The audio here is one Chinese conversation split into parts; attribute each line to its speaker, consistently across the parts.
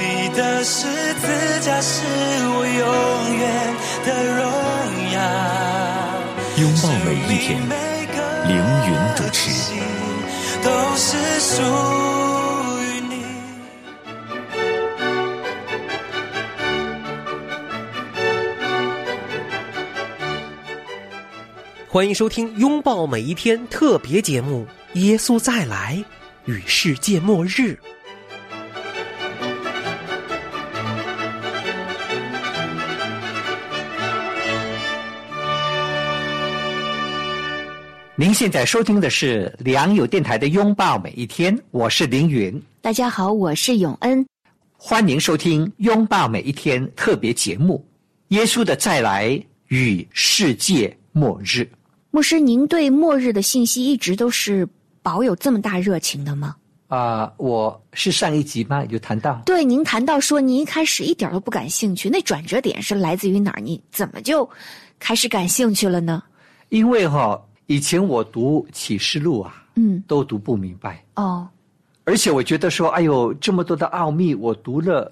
Speaker 1: 你的十字架是我永远的荣耀。
Speaker 2: 拥抱每一天
Speaker 1: 生命每个
Speaker 2: 凌云主持
Speaker 1: 气息都是属于你。
Speaker 3: 欢迎收听《拥抱每一天》特别节目《耶稣再来与世界末日》。
Speaker 4: 您现在收听的是良友电台的《拥抱每一天》，我是凌云，
Speaker 5: 大家好，我是永恩。
Speaker 4: 欢迎收听《拥抱每一天》特别节目《耶稣的再来与世界末日》。
Speaker 5: 牧师，您对末日的信息一直都是保有这么大热情的吗？
Speaker 4: 啊、我是上一集吗？有谈到
Speaker 5: 对，您谈到说您一开始一点都不感兴趣，那转折点是来自于哪儿？你怎么就开始感兴趣了呢？
Speaker 4: 因为哈、以前我读启示录啊，
Speaker 5: 嗯，
Speaker 4: 都读不明白，
Speaker 5: 哦，
Speaker 4: 而且我觉得说，哎呦，这么多的奥秘，我读了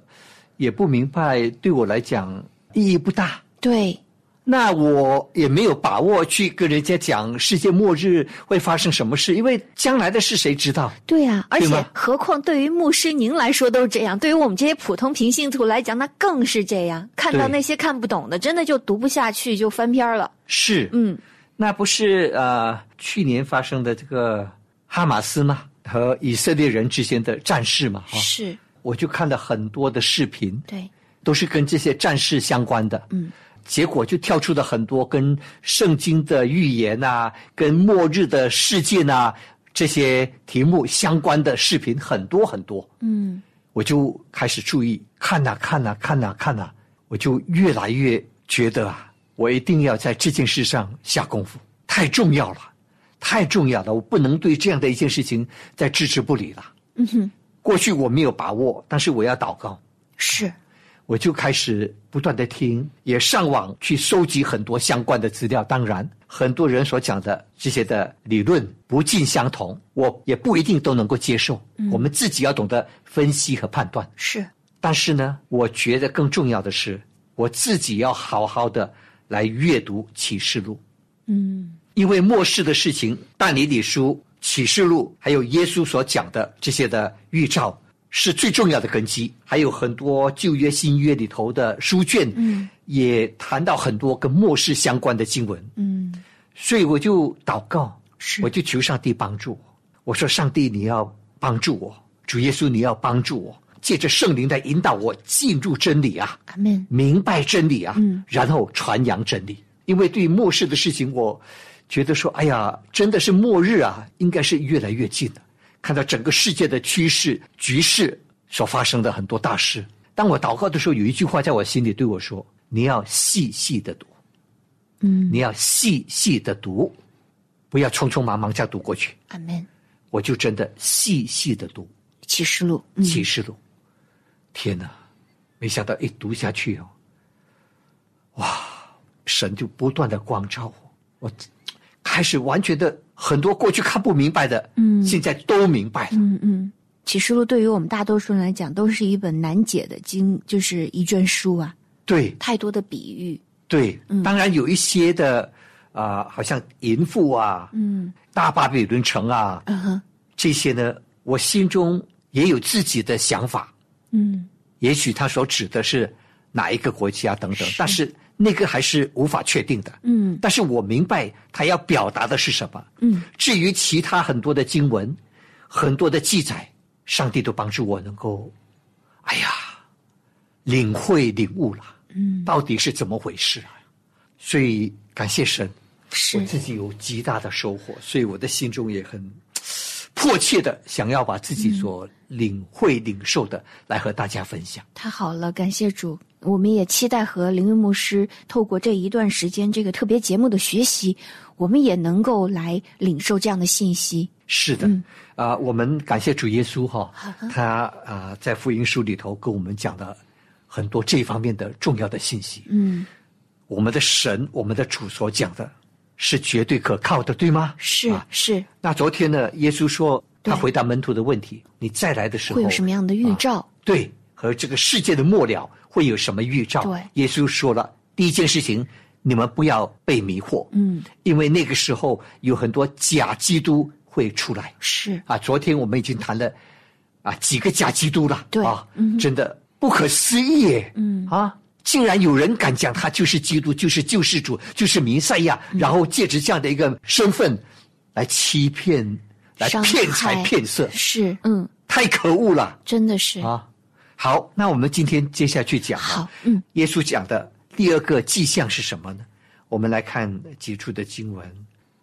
Speaker 4: 也不明白，对我来讲意义不大。
Speaker 5: 对，
Speaker 4: 那我也没有把握去跟人家讲世界末日会发生什么事，因为将来的事谁知道？
Speaker 5: 对呀、而
Speaker 4: 对吗
Speaker 5: 且何况对于牧师您来说都是这样，对于我们这些普通平信徒来讲，那更是这样。看到
Speaker 4: 对
Speaker 5: 那些看不懂的，真的就读不下去，就翻篇儿了。
Speaker 4: 是，
Speaker 5: 嗯，
Speaker 4: 那不是呃去年发生的这个哈马斯嘛和以色列人之间的战事嘛？哈、
Speaker 5: 是，
Speaker 4: 我就看了很多的视频，
Speaker 5: 对，
Speaker 4: 都是跟这些战事相关的。
Speaker 5: 嗯，
Speaker 4: 结果就跳出了很多跟圣经的预言啊，跟末日的事件啊这些题目相关的视频很多很多。
Speaker 5: 嗯，
Speaker 4: 我就开始注意看呐、看呐、看呐、看呐、我就越来越觉得啊，我一定要在这件事上下功夫，太重要了，太重要了，我不能对这样的一件事情再置之不理了。
Speaker 5: 嗯哼，
Speaker 4: 过去我没有把握，但是我要祷告，
Speaker 5: 是，
Speaker 4: 我就开始不断的听，也上网去收集很多相关的资料。当然，很多人所讲的这些的理论不尽相同，我也不一定都能够接受。
Speaker 5: 嗯
Speaker 4: 我们自己要懂得分析和判断。
Speaker 5: 是，
Speaker 4: 但是呢，我觉得更重要的是，我自己要好好的来阅读启示录，
Speaker 5: 嗯，
Speaker 4: 因为末世的事情，但以理书、启示录，还有耶稣所讲的这些的预兆，是最重要的根基。还有很多旧约、新约里头的书卷，
Speaker 5: 嗯，
Speaker 4: 也谈到很多跟末世相关的经文，
Speaker 5: 嗯，
Speaker 4: 所以我就祷告，
Speaker 5: 是
Speaker 4: 我就求上帝帮助我。我说：“上帝，你要帮助我，主耶稣，你要帮助我，借着圣灵来引导我进入真理啊，
Speaker 5: 阿门。
Speaker 4: 明白真理啊，
Speaker 5: 嗯
Speaker 4: 然后传扬真理。因为对于末世的事情，我觉得说，哎呀，真的是末日啊，应该是越来越近的。看到整个世界的趋势、局势所发生的很多大事。当我祷告的时候，有一句话在我心里对我说：你要细细的读。”
Speaker 5: 嗯，
Speaker 4: 你要细细的读，不要匆匆忙忙这样读过去。
Speaker 5: 阿门。
Speaker 4: 我就真的细细的读
Speaker 5: 启示录，嗯
Speaker 4: 《启示录》天哪，没想到一读下去哦，哇，神就不断的光照我，我开始完全的很多过去看不明白的，
Speaker 5: 嗯
Speaker 4: 现在都明白了。
Speaker 5: 嗯嗯，启示录对于我们大多数人来讲，都是一本难解的经，就是一卷书啊，
Speaker 4: 对
Speaker 5: 太多的比喻。
Speaker 4: 对，
Speaker 5: 嗯
Speaker 4: 当然有一些的啊、好像淫妇啊、
Speaker 5: 嗯
Speaker 4: 大巴比伦城啊
Speaker 5: 嗯哼
Speaker 4: 这些呢，我心中也有自己的想法。
Speaker 5: 嗯，
Speaker 4: 也许他所指的是哪一个国家等等，
Speaker 5: 是
Speaker 4: 但是那个还是无法确定的。
Speaker 5: 嗯
Speaker 4: 但是我明白他要表达的是什么。
Speaker 5: 嗯，
Speaker 4: 至于其他很多的经文，很多的记载，上帝都帮助我能够，哎呀，领会领悟了，
Speaker 5: 嗯，
Speaker 4: 到底是怎么回事啊？所以感谢神，
Speaker 5: 是
Speaker 4: 我自己有极大的收获，所以我的心中也很迫切的想要把自己所领会、领受的来和大家分享。
Speaker 5: 太好了，感谢主。我们也期待和灵云牧师透过这一段时间这个特别节目的学习，我们也能够来领受这样的信息。
Speaker 4: 是的，啊、
Speaker 5: 嗯
Speaker 4: 我们感谢主耶稣哈、他啊、在福音书里头跟我们讲了很多这方面的重要的信息。
Speaker 5: 嗯，
Speaker 4: 我们的神，我们的主所讲的是绝对可靠的，对吗？
Speaker 5: 嗯是、
Speaker 4: 啊
Speaker 5: 是，
Speaker 4: 那昨天呢，耶稣说
Speaker 5: 对
Speaker 4: 他回答门徒的问题：“你再来的时候
Speaker 5: 会有什么样的预兆？
Speaker 4: 对，和这个世界的末了会有什么预兆？
Speaker 5: 对
Speaker 4: 耶稣说了第一件事情，你们不要被迷惑，
Speaker 5: 嗯，
Speaker 4: 因为那个时候有很多假基督会出来。
Speaker 5: 是
Speaker 4: 啊，昨天我们已经谈了啊几个假基督了，
Speaker 5: 对嗯
Speaker 4: 啊，真的不可思议耶，嗯啊。竟然有人敢讲他就是基督，就是救世主，就是弥赛亚，
Speaker 5: 嗯
Speaker 4: 然后借着这样的一个身份来欺骗、来
Speaker 5: 伤
Speaker 4: 骗财
Speaker 5: 害
Speaker 4: 骗色，
Speaker 5: 是，嗯，
Speaker 4: 太可恶了！
Speaker 5: 真的是，
Speaker 4: 啊。好，那我们今天接下去讲啊
Speaker 5: 好嗯，
Speaker 4: 耶稣讲的第二个迹象是什么呢？我们来看几处的经文，《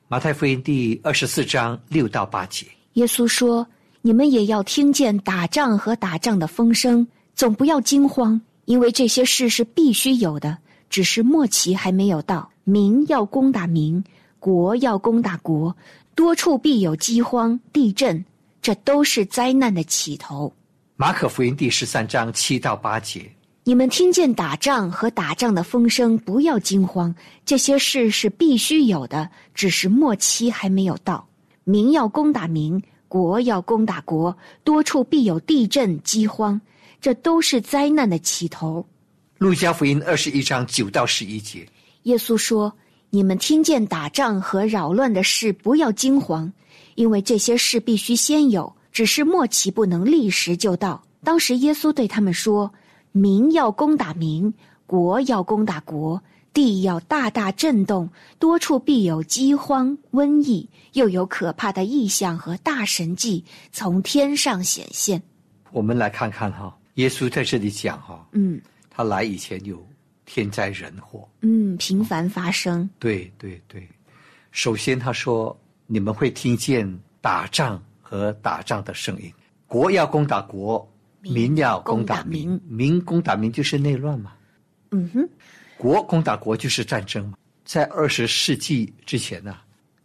Speaker 4: 马太福音》第二十四章六到八节。
Speaker 5: 耶稣说：“你们也要听见打仗和打仗的风声，总不要惊慌，因为这些事是必须有的，只是末期还没有到。民要攻打民，国要攻打国，多处必有饥荒、地震，这都是灾难的起头。
Speaker 4: 马可福音第十三章七到八节，
Speaker 5: 你们听见打仗和打仗的风声，不要惊慌，这些事是必须有的，只是末期还没有到。民要攻打民，国要攻打国，多处必有地震、饥荒，这都是灾难的起头。
Speaker 4: 路加福音二十一章九到十一节，
Speaker 5: 耶稣说：“你们听见打仗和扰乱的事，不要惊慌，因为这些事必须先有，只是末期不能立时就到。”当时耶稣对他们说：“民要攻打民，国要攻打国，地要大大震动，多处必有饥荒、瘟疫，又有可怕的异象和大神迹从天上显现。
Speaker 4: 我们来看看哈、耶稣在这里讲哈、”
Speaker 5: 嗯
Speaker 4: 他来以前有天灾人祸，
Speaker 5: 嗯，频繁发生，
Speaker 4: 对对对，首先他说你们会听见打仗和打仗的声音，国要攻打国，
Speaker 5: 民
Speaker 4: 民要攻打民
Speaker 5: 攻，
Speaker 4: 民攻打民就是内乱嘛，
Speaker 5: 嗯哼，
Speaker 4: 国攻打国就是战争嘛。在二十世纪之前呢、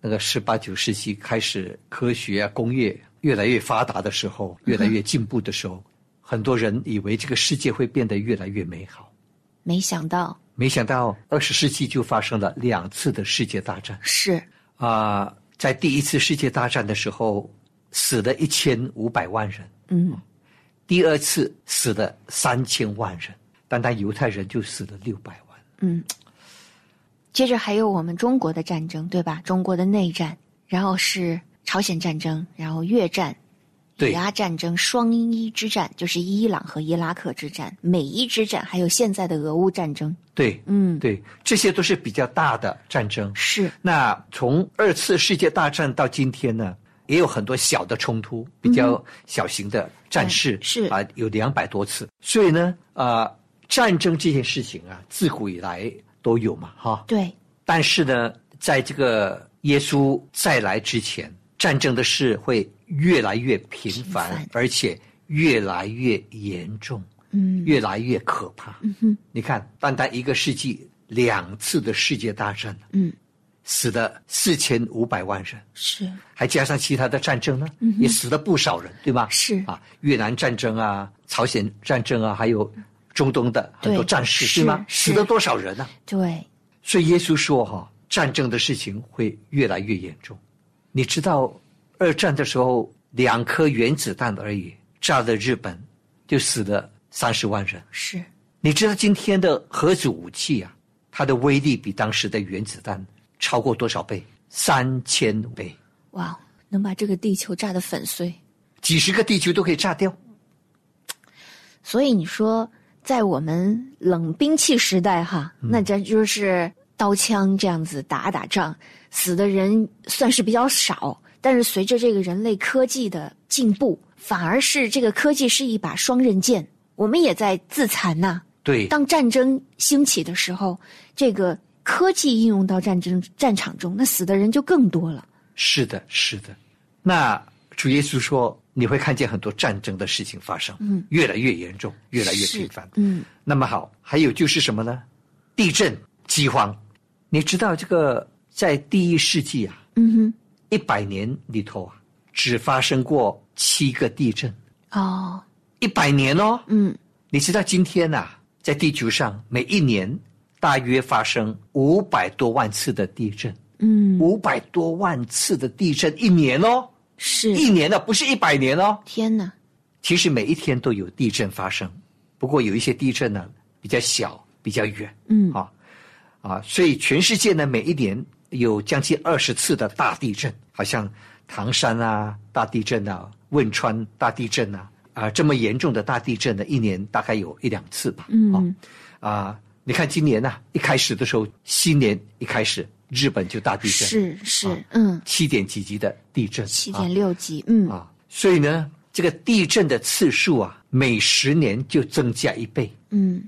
Speaker 4: 那个十八九世纪开始科学啊工业越来越发达的时候，越来越进步的时候，很多人以为这个世界会变得越来越美好，
Speaker 5: 没想到
Speaker 4: 没想到二十世纪就发生了两次的世界大战。
Speaker 5: 是
Speaker 4: 啊、在第一次世界大战的时候，死了一千五百万人；
Speaker 5: 嗯
Speaker 4: 第二次死了三千万人，单单犹太人就死了六百万。
Speaker 5: 嗯，接着还有我们中国的战争，对吧？中国的内战，然后是朝鲜战争，然后越战、
Speaker 4: 对
Speaker 5: 以阿战争、双伊之战，就是伊朗和伊拉克之战、美伊之战，还有现在的俄乌战争。
Speaker 4: 对，
Speaker 5: 嗯，
Speaker 4: 对，这些都是比较大的战争。
Speaker 5: 是，
Speaker 4: 那从二次世界大战到今天呢，也有很多小的冲突，比较小型的战事、
Speaker 5: 对嗯是
Speaker 4: 啊、有两百多次。所以呢，啊、战争这件事情啊，自古以来都有嘛，哈。
Speaker 5: 对，
Speaker 4: 但是呢，在这个耶稣再来之前，战争的事会越来越频繁，
Speaker 5: 频繁
Speaker 4: 而且越来越严重，
Speaker 5: 嗯
Speaker 4: 越来越可怕。
Speaker 5: 嗯哼，
Speaker 4: 你看，单单一个世纪两次的世界大战，
Speaker 5: 嗯，
Speaker 4: 死了四千五百万人，
Speaker 5: 是，
Speaker 4: 还加上其他的战争呢，也死了不少人，对吧？
Speaker 5: 嗯是
Speaker 4: 啊，越南战争啊，朝鲜战争啊，还有中东的很多
Speaker 5: 对
Speaker 4: 战事，
Speaker 5: 是
Speaker 4: 对吗？
Speaker 5: 是
Speaker 4: 死了多少人呢、
Speaker 5: 对，
Speaker 4: 所以耶稣说哈、战争的事情会越来越严重。你知道，二战的时候，两颗原子弹而已，炸了日本，就死了三十万人。
Speaker 5: 是，
Speaker 4: 你知道今天的核子武器啊，它的威力比当时的原子弹超过多少倍？三千倍，
Speaker 5: 哇，能把这个地球炸得粉碎。
Speaker 4: 几十个地球都可以炸掉。
Speaker 5: 所以你说，在我们冷兵器时代哈，那这就是刀枪这样子打打仗，死的人算是比较少。但是随着这个人类科技的进步，反而是这个科技是一把双刃剑，我们也在自残呐、
Speaker 4: 对，
Speaker 5: 当战争兴起的时候，这个科技应用到战争战场中，那死的人就更多了。
Speaker 4: 是的，是的。那主耶稣说，你会看见很多战争的事情发生，嗯，越来越严重，越来越频繁，
Speaker 5: 嗯。
Speaker 4: 那么好，还有就是什么呢？地震、饥荒。你知道这个在第一世纪啊，
Speaker 5: 嗯
Speaker 4: 一百年里头啊，只发生过七个地震，
Speaker 5: 哼，哦，
Speaker 4: 一百年哦，
Speaker 5: 嗯，
Speaker 4: 你知道今天呐、啊在地球上每一年大约发生五百多万次的地震，
Speaker 5: 嗯，
Speaker 4: 五百多万次的地震一年哦，
Speaker 5: 是，
Speaker 4: 一年呢、啊不是一百年哦。
Speaker 5: 天哪，
Speaker 4: 其实每一天都有地震发生，不过有一些地震呢比较小、比较远，
Speaker 5: 嗯
Speaker 4: 啊啊，所以全世界呢每一年有将近二十次的大地震，好像唐山啊大地震啊、汶川大地震啊啊这么严重的大地震呢，一年大概有一两次吧，
Speaker 5: 嗯
Speaker 4: 啊啊，你看今年呢、一开始的时候，新年一开始，日本就大地震，
Speaker 5: 是是
Speaker 4: 啊，
Speaker 5: 嗯，
Speaker 4: 七点几级的地震，
Speaker 5: 七
Speaker 4: 啊
Speaker 5: 点六级，嗯，
Speaker 4: 啊，所以呢，这个地震的次数啊，每十年就增加一倍。
Speaker 5: 嗯，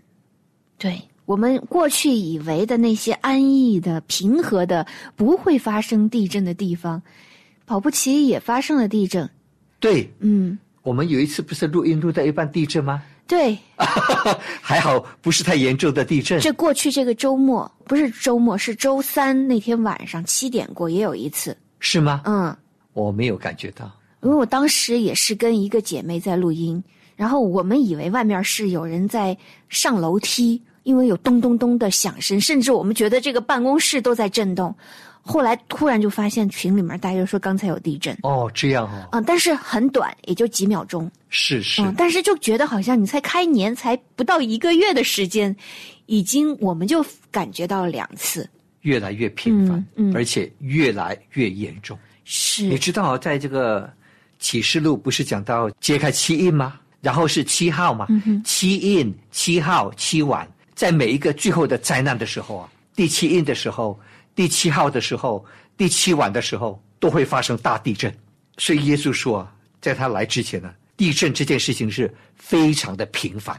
Speaker 5: 对我们过去以为的那些安逸的、平和的、不会发生地震的地方，保不齐也发生了地震。
Speaker 4: 对
Speaker 5: 嗯，
Speaker 4: 我们有一次不是录音录到一半地震吗？
Speaker 5: 对，
Speaker 4: 还好不是太严重的地震。
Speaker 5: 这过去这个周末不是周末，是周三那天晚上七点过也有一次。
Speaker 4: 是吗？
Speaker 5: 嗯，
Speaker 4: 我没有感觉到。
Speaker 5: 因为我当时也是跟一个姐妹在录音，然后我们以为外面是有人在上楼梯，因为有咚咚咚的响声，甚至我们觉得这个办公室都在震动。后来突然就发现群里面大家说刚才有地震，
Speaker 4: 哦，这样哦，
Speaker 5: 嗯，但是很短，也就几秒钟，
Speaker 4: 是是，
Speaker 5: 嗯，但是就觉得好像你才开年才不到一个月的时间，已经我们就感觉到了两次，
Speaker 4: 越来越频繁，
Speaker 5: 嗯嗯
Speaker 4: 而且越来越严重。你
Speaker 5: 是，
Speaker 4: 知道，在这个启示录不是讲到揭开七印吗？然后是七号嘛，七印、七号、七晚，在每一个最后的灾难的时候啊，第七印的时候、第七号的时候、第七晚的时候，都会发生大地震。所以耶稣说啊，在他来之前呢、地震这件事情是非常的频繁，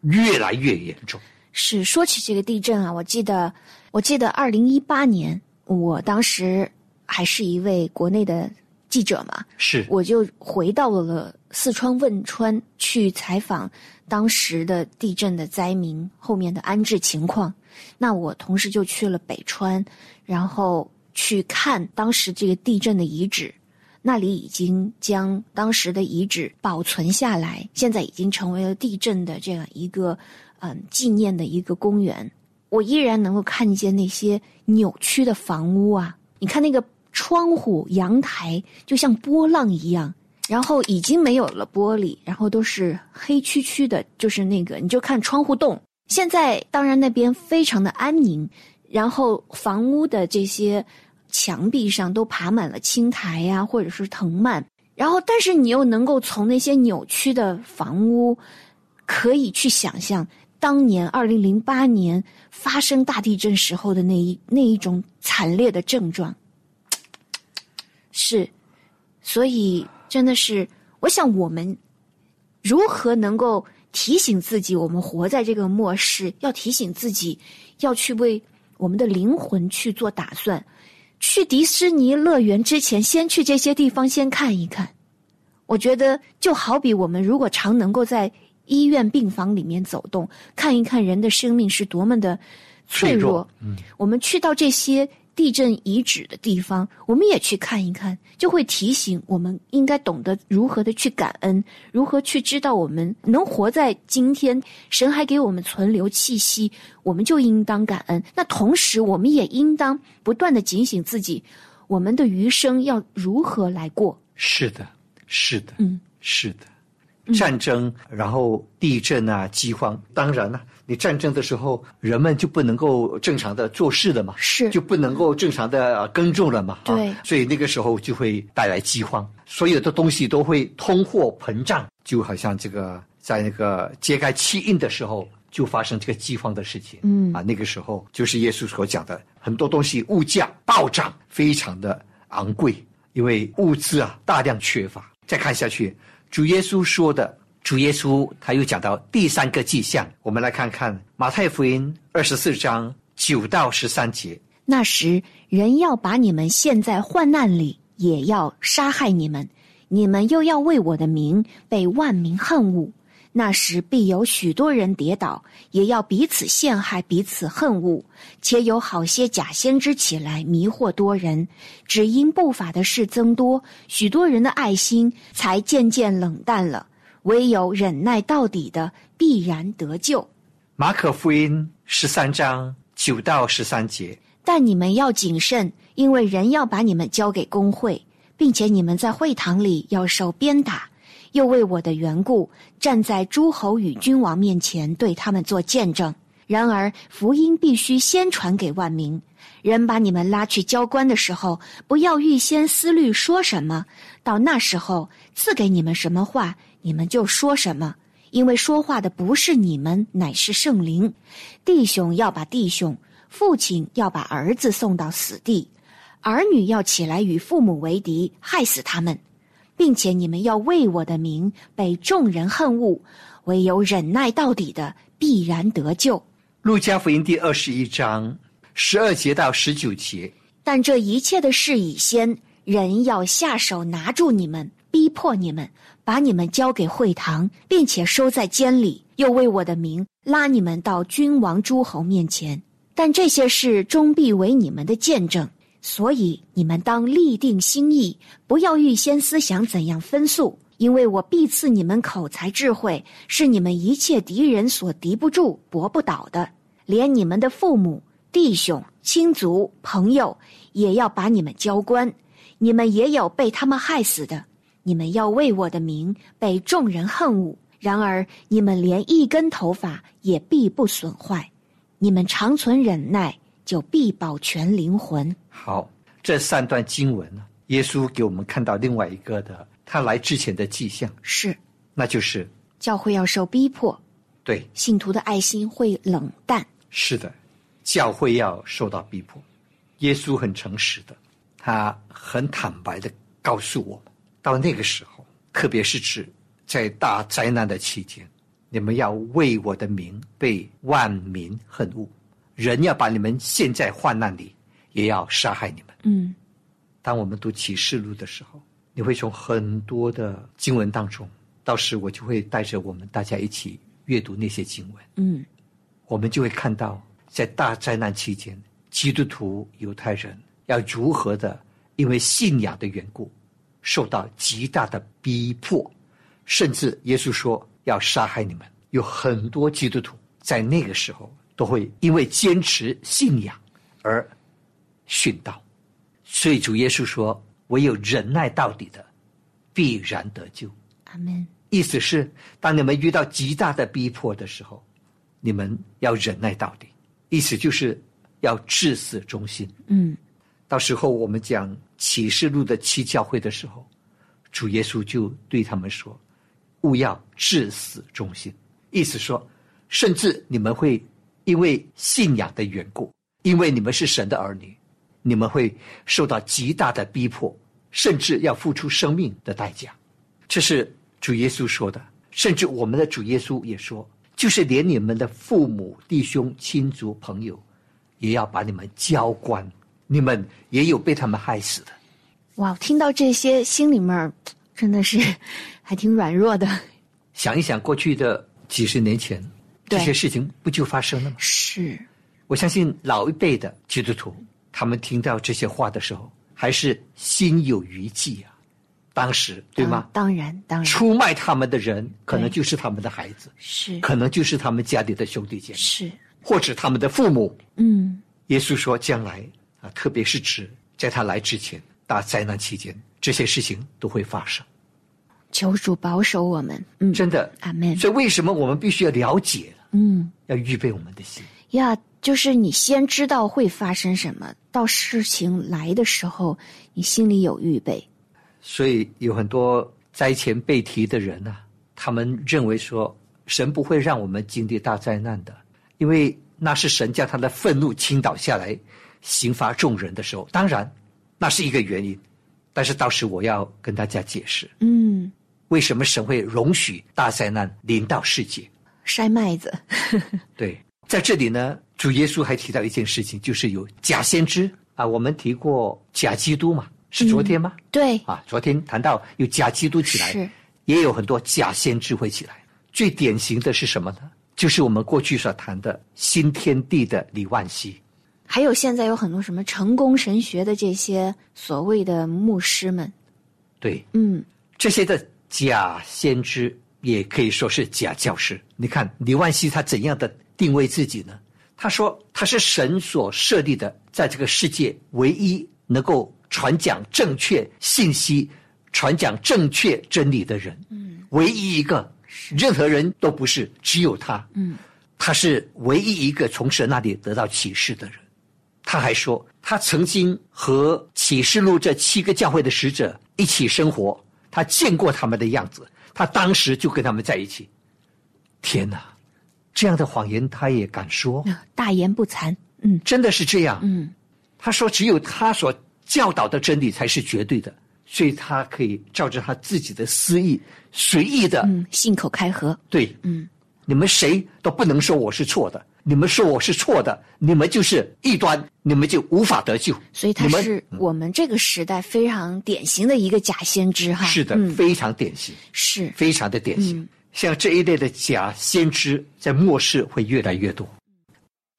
Speaker 4: 越来越严重。
Speaker 5: 是说起这个地震啊，我记得，我记得二零一八年，我当时还是一位国内的记者嘛，
Speaker 4: 是，
Speaker 5: 我就回到了四川汶川去采访当时的地震的灾民后面的安置情况。那我同时就去了北川，然后去看当时这个地震的遗址。那里已经将当时的遗址保存下来，现在已经成为了地震的这样一个嗯纪念的一个公园。我依然能够看见那些扭曲的房屋啊！你看那个窗户、阳台，就像波浪一样，然后已经没有了玻璃，然后都是黑黢黢的，就是那个你就看窗户洞。现在当然那边非常的安宁，然后房屋的这些墙壁上都爬满了青苔呀、或者是藤蔓。然后，但是你又能够从那些扭曲的房屋，可以去想象当年二零零八年发生大地震时候的那一那一种惨烈的症状。是，所以真的是，我想我们如何能够提醒自己，我们活在这个末世，要提醒自己，要去为我们的灵魂去做打算。去迪士尼乐园之前，先去这些地方先看一看。我觉得就好比我们如果常能够在医院病房里面走动，看一看人的生命是多么的脆
Speaker 4: 脆弱
Speaker 5: 嗯，我们去到这些地震遗址的地方，我们也去看一看，就会提醒我们应该懂得如何的去感恩，如何去知道我们能活在今天，神还给我们存留气息，我们就应当感恩。那同时，我们也应当不断的警醒自己，我们的余生要如何来过。
Speaker 4: 是的，是的，
Speaker 5: 嗯，
Speaker 4: 是的，战争，然后地震啊，饥荒，当然了、你战争的时候，人们就不能够正常的做事了嘛，
Speaker 5: 是
Speaker 4: 就不能够正常的耕种了嘛，啊
Speaker 5: 对
Speaker 4: 所以那个时候就会带来饥荒，所有的东西都会通货膨胀，就好像这个在那个揭开七印的时候。就发生这个饥荒的事情，
Speaker 5: 嗯
Speaker 4: 啊，那个时候就是耶稣所讲的，很多东西物价暴涨，非常的昂贵，因为物资啊大量缺乏。再看下去，主耶稣说的，主耶稣他又讲到第三个迹象，我们来看看马太福音二十四章九到十三节。
Speaker 5: 那时，人要把你们陷在患难里，也要杀害你们。你们又要为我的名被万民恨恶。那时必有许多人跌倒，也要彼此陷害，彼此恨恶，且有好些假先知起来迷惑多人。只因不法的事增多，许多人的爱心才渐渐冷淡了。唯有忍耐到底的，必然得救。
Speaker 4: 马可福音十三章九到十三节，
Speaker 5: 但你们要谨慎，因为人要把你们交给公会，并且你们在会堂里要受鞭打，又为我的缘故站在诸侯与君王面前对他们做见证。然而福音必须先传给万民。人把你们拉去交官的时候，不要预先思虑说什么，到那时候赐给你们什么话，你们就说什么。因为说话的不是你们，乃是圣灵。弟兄要把弟兄，父亲要把儿子送到死地，儿女要起来与父母为敌，害死他们，并且你们要为我的名被众人恨恶。唯有忍耐到底的，必然得救。
Speaker 4: 路加福音第二十一章十二节到十九节，
Speaker 5: 但这一切的事已先，人要下手拿住你们，逼迫你们，把你们交给会堂，并且收在监里，又为我的名拉你们到君王诸侯面前。但这些事终必为你们的见证，所以你们当立定心意，不要预先思想怎样分诉，因为我必赐你们口才智慧，是你们一切敌人所敌不住、驳不倒的。连你们的父母、弟兄、亲族、朋友，也要把你们交官。你们也有被他们害死的。你们要为我的名被众人恨恶，然而你们连一根头发也必不损坏。你们长存忍耐，就必保全灵魂。
Speaker 4: 好，这三段经文呢，耶稣给我们看到另外一个的他来之前的迹象，
Speaker 5: 是
Speaker 4: 那就是
Speaker 5: 教会要受逼迫，
Speaker 4: 对，
Speaker 5: 信徒的爱心会冷淡。
Speaker 4: 是的，教会要受到逼迫。耶稣很诚实的，他很坦白的告诉我们，到那个时候，特别是指在大灾难的期间，你们要为我的名被万民恨恶，人要把你们陷在患难里，也要杀害你们。
Speaker 5: 嗯，
Speaker 4: 当我们读启示录的时候，你会从很多的经文当中，到时我就会带着我们大家一起阅读那些经文。
Speaker 5: 嗯，
Speaker 4: 我们就会看到，在大灾难期间，基督徒、犹太人要如何的因为信仰的缘故，受到极大的逼迫，甚至耶稣说要杀害你们。有很多基督徒在那个时候都会因为坚持信仰而殉道，所以主耶稣说：“唯有忍耐到底的，必然得救。”
Speaker 5: 阿门。
Speaker 4: 意思是，当你们遇到极大的逼迫的时候，你们要忍耐到底。意思就是要至死忠心。
Speaker 5: 嗯，
Speaker 4: 到时候我们讲启示录的七教会的时候，主耶稣就对他们说：“勿要至死忠心。”意思说，甚至你们会因为信仰的缘故，因为你们是神的儿女，你们会受到极大的逼迫，甚至要付出生命的代价。这是主耶稣说的，甚至我们的主耶稣也说，就是连你们的父母、弟兄、亲族、朋友，也要把你们交官，你们也有被他们害死的。
Speaker 5: 哇，听到这些，心里面儿真的是还挺软弱的。
Speaker 4: 想一想过去的几十年前，这
Speaker 5: 对
Speaker 4: 些事情不就发生了吗？
Speaker 5: 是，
Speaker 4: 我相信老一辈的基督徒，他们听到这些话的时候，还是心有余悸啊。当时对吗？
Speaker 5: 当当然，当然
Speaker 4: 出卖他们的人，可能
Speaker 5: 对
Speaker 4: 就是他们的孩子，
Speaker 5: 是
Speaker 4: 可能就是他们家里的兄弟姐妹，
Speaker 5: 是，
Speaker 4: 或者他们的父母。
Speaker 5: 嗯
Speaker 4: 耶稣说，将来啊，特别是指在他来之前，大灾难期间，这些事情都会发生。，
Speaker 5: 求主保守我们。嗯，
Speaker 4: 真的，
Speaker 5: 阿门。
Speaker 4: 所以为什么我们必须要了解，
Speaker 5: 嗯
Speaker 4: 要预备我们的心？
Speaker 5: 呀，就是你先知道会发生什么，到事情来的时候，你心里有预备。
Speaker 4: 所以有很多灾前被提的人啊，他们认为说，神不会让我们经历大灾难的，因为那是神将他的愤怒倾倒下来，刑罚众人的时候。当然，那是一个原因，但是到时我要跟大家解释，
Speaker 5: 嗯，
Speaker 4: 为什么神会容许大灾难临到世界。
Speaker 5: 筛麦子。
Speaker 4: 对，在这里呢，主耶稣还提到一件事情，就是有假先知啊，我们提过假基督嘛，是昨天吗？
Speaker 5: 对，
Speaker 4: 啊，昨天谈到有假基督起
Speaker 5: 嗯是
Speaker 4: 来，也有很多假先知会起来。最典型的是什么呢？就是我们过去所谈的新天地的李万熙。
Speaker 5: 还有现在有很多什么成功神学的这些所谓的牧师们，
Speaker 4: 对，
Speaker 5: 嗯，
Speaker 4: 这些的假先知也可以说是假教师。你看李万熙他怎样的定位自己呢？他说他是神所设立的，在这个世界唯一能够传讲正确信息、传讲正确真理的人，嗯，唯一一个，任何人都不是，只有他，嗯，他是唯一一个从神那里得到启示的人。他还说，他曾经和启示录这七个教会的使者一起生活，他见过他们的样子，他当时就跟他们在一起。天哪，这样的谎言他也敢说，
Speaker 5: 大言不惭，嗯
Speaker 4: 真的是这样。
Speaker 5: 嗯，
Speaker 4: 他说，只有他所教导的真理才是绝对的，所以他可以照着他自己的私意随意的
Speaker 5: 嗯，信口开河，
Speaker 4: 对，
Speaker 5: 嗯，
Speaker 4: 你们谁都不能说我是错的，你们说我是错的，你们就是异端，你们就无法得救。
Speaker 5: 所以他
Speaker 4: 你们
Speaker 5: 是我们嗯这个时代非常典型的一个假先知哈，
Speaker 4: 是的，
Speaker 5: 嗯，
Speaker 4: 非常典型，
Speaker 5: 是，
Speaker 4: 非常的典型。像这一类的假先知，在末世会越来越多。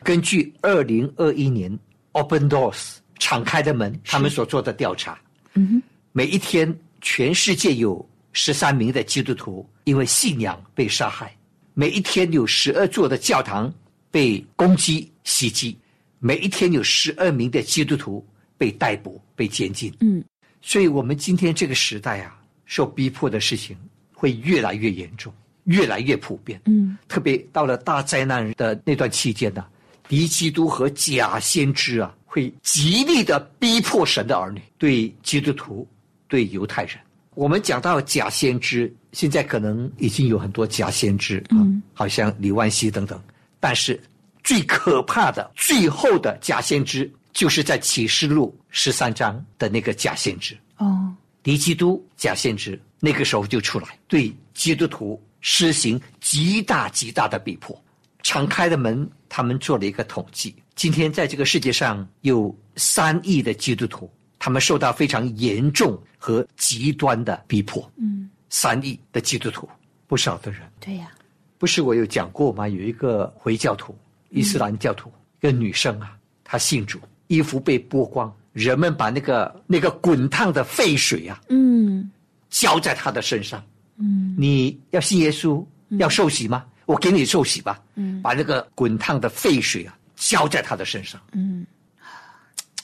Speaker 4: 根据二零二一年 Open Doors 敞开的门他们所做的调查，
Speaker 5: 嗯哼，
Speaker 4: 每一天，全世界有十三名的基督徒因为信仰被杀害；每一天有十二座的教堂被攻击袭击；每一天有十二名的基督徒被逮捕、被监禁。
Speaker 5: 嗯，
Speaker 4: 所以我们今天这个时代啊，受逼迫的事情会越来越严重，越来越普遍。
Speaker 5: 嗯，
Speaker 4: 特别到了大灾难的那段期间呢、敌基督和假先知啊，会极力的逼迫神的儿女，对基督徒，对犹太人。我们讲到假先知，现在可能已经有很多假先知啊，好像李万熙等等。但是最可怕的、最后的假先知，就是在启示录十三章的那个假先知。
Speaker 5: 哦，
Speaker 4: 敌基督假先知那个时候就出来，对基督徒施行极大极大的逼迫。敞开的门，他们做了一个统计，今天在这个世界上有三亿的基督徒，他们受到非常严重和极端的逼迫。
Speaker 5: 嗯，
Speaker 4: 三亿的基督徒，不少的人。
Speaker 5: 对呀、
Speaker 4: 不是我有讲过吗？有一个回教徒、伊斯兰教徒，一个女生啊，她信主，衣服被剥光，人们把那个那个滚烫的沸水啊
Speaker 5: 嗯
Speaker 4: 浇在她的身上。
Speaker 5: 嗯，
Speaker 4: 你要信耶稣，要受洗吗？我给你受洗吧。嗯，把那个滚烫的沸水啊浇在她的身上。
Speaker 5: 嗯，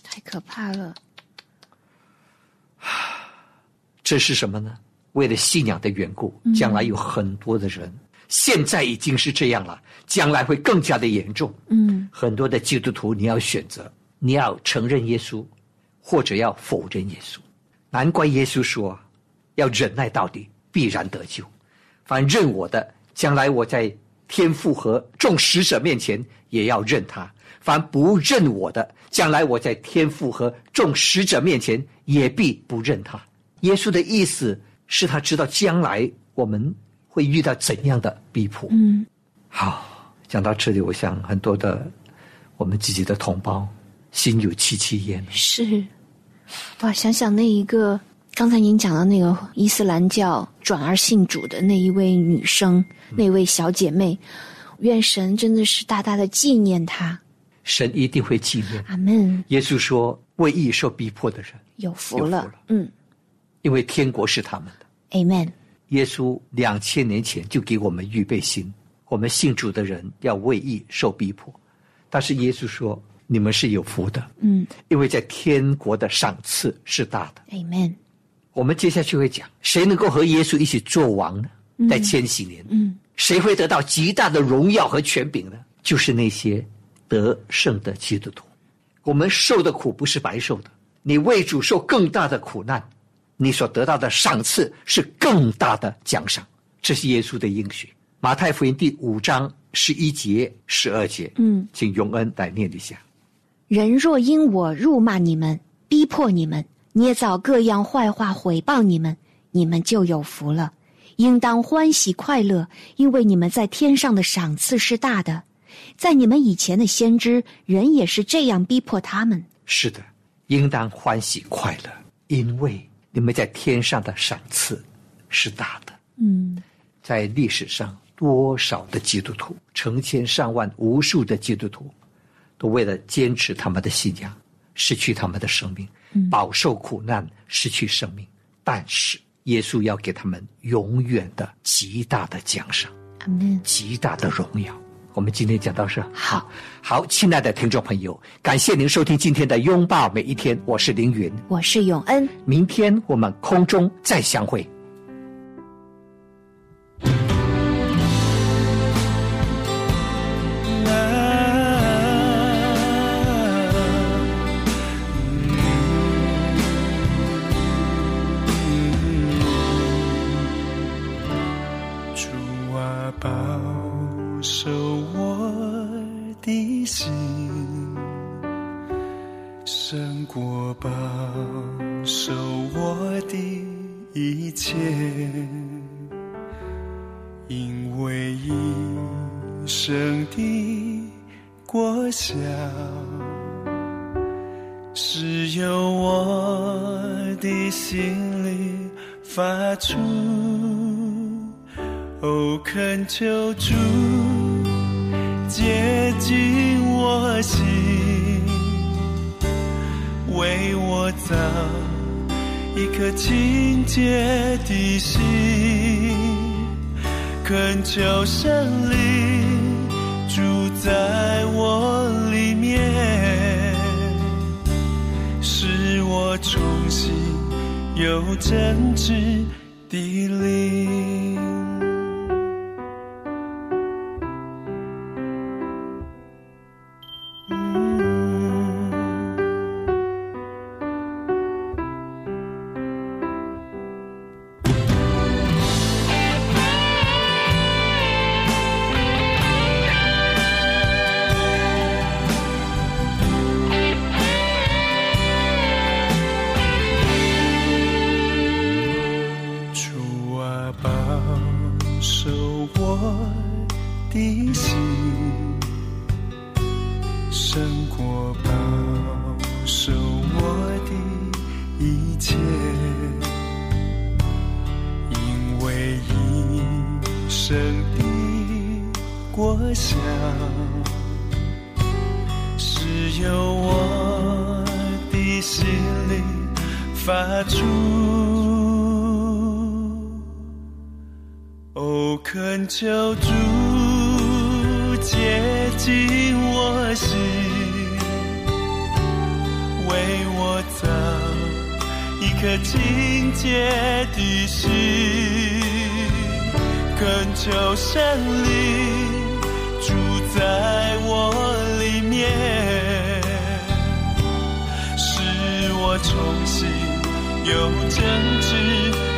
Speaker 5: 太可怕了，
Speaker 4: 这是什么呢？为了信仰的缘故，
Speaker 5: 嗯
Speaker 4: 将来有很多的人，现在已经是这样了，将来会更加的严重。
Speaker 5: 嗯
Speaker 4: 很多的基督徒，你要选择，你要承认耶稣，或者要否认耶稣。难怪耶稣说啊，要忍耐到底，必然得救。凡认我的，将来我在天父和众使者面前也要认他；凡不认我的，将来我在天父和众使者面前也必不认他。耶稣的意思是他知道将来我们会遇到怎样的逼迫。
Speaker 5: 嗯，
Speaker 4: 好，讲到这里，我想很多的我们自己的同胞心有戚戚焉。
Speaker 5: 是，哇，想想那一个，刚才您讲到那个伊斯兰教转而信主的那一位女生，
Speaker 4: 嗯
Speaker 5: 那位小姐妹，愿神真的是大大的纪念她，
Speaker 4: 神一定会纪念。
Speaker 5: 阿门，
Speaker 4: 耶稣说：“为义受逼迫的人，
Speaker 5: 有福了，
Speaker 4: 有福了
Speaker 5: 嗯
Speaker 4: 因为天国是他们的。
Speaker 5: ，amen，”
Speaker 4: 耶稣两千年前就给我们预备心，我们信主的人要为义受逼迫，但是耶稣说：“你们是有福的，
Speaker 5: 嗯
Speaker 4: 因为在天国的赏赐是大的。”
Speaker 5: ，amen，
Speaker 4: 我们接下去会讲，谁能够和耶稣一起做王呢？在千禧年，
Speaker 5: 嗯
Speaker 4: 谁会得到极大的荣耀和权柄呢？就是那些得胜的基督徒。我们受的苦不是白受的，你为主受更大的苦难，你所得到的赏赐是更大的奖赏。这是耶稣的应许。马太福音第五章十一节、十二节，
Speaker 5: 嗯，
Speaker 4: 请永恩来念一下。
Speaker 5: 人若因我辱骂你们、逼迫你们、捏造各样坏话毁谤你们，你们就有福了，应当欢喜快乐，因为你们在天上的赏赐是大的。在你们以前的先知，人也是这样逼迫他们。
Speaker 4: 是的，应当欢喜快乐，因为你们在天上的赏赐是大的。
Speaker 5: 嗯
Speaker 4: 在历史上，多少的基督徒，成千上万、无数的基督徒，都为了坚持他们的信仰，失去他们的生命，饱受苦难，失去生命。但是，耶稣要给他们永远的极大的奖赏，
Speaker 5: 阿门。
Speaker 4: 极大的荣耀。我们今天讲到这，
Speaker 5: 好，
Speaker 4: 好，亲爱的听众朋友，感谢您收听今天的《拥抱每一天》，我是凌云，
Speaker 5: 我是永恩。
Speaker 4: 明天我们空中再相会。
Speaker 1: 主啊，保守我的心，胜过保守我的一切，因为一生的过啊小，只有我的心里发出。哦，恳求主接近我心，为我造一颗清洁的心。恳求圣灵住在我里面，使我重新有真挚的灵。嗯主啊，保守我的心，胜过保守我的一切，因为一生的过小，是由我的心里发出。哦，恳求主接近我心，为我造一颗清洁的心。恳求神灵住在我里面，使我重新有真挚哦嗯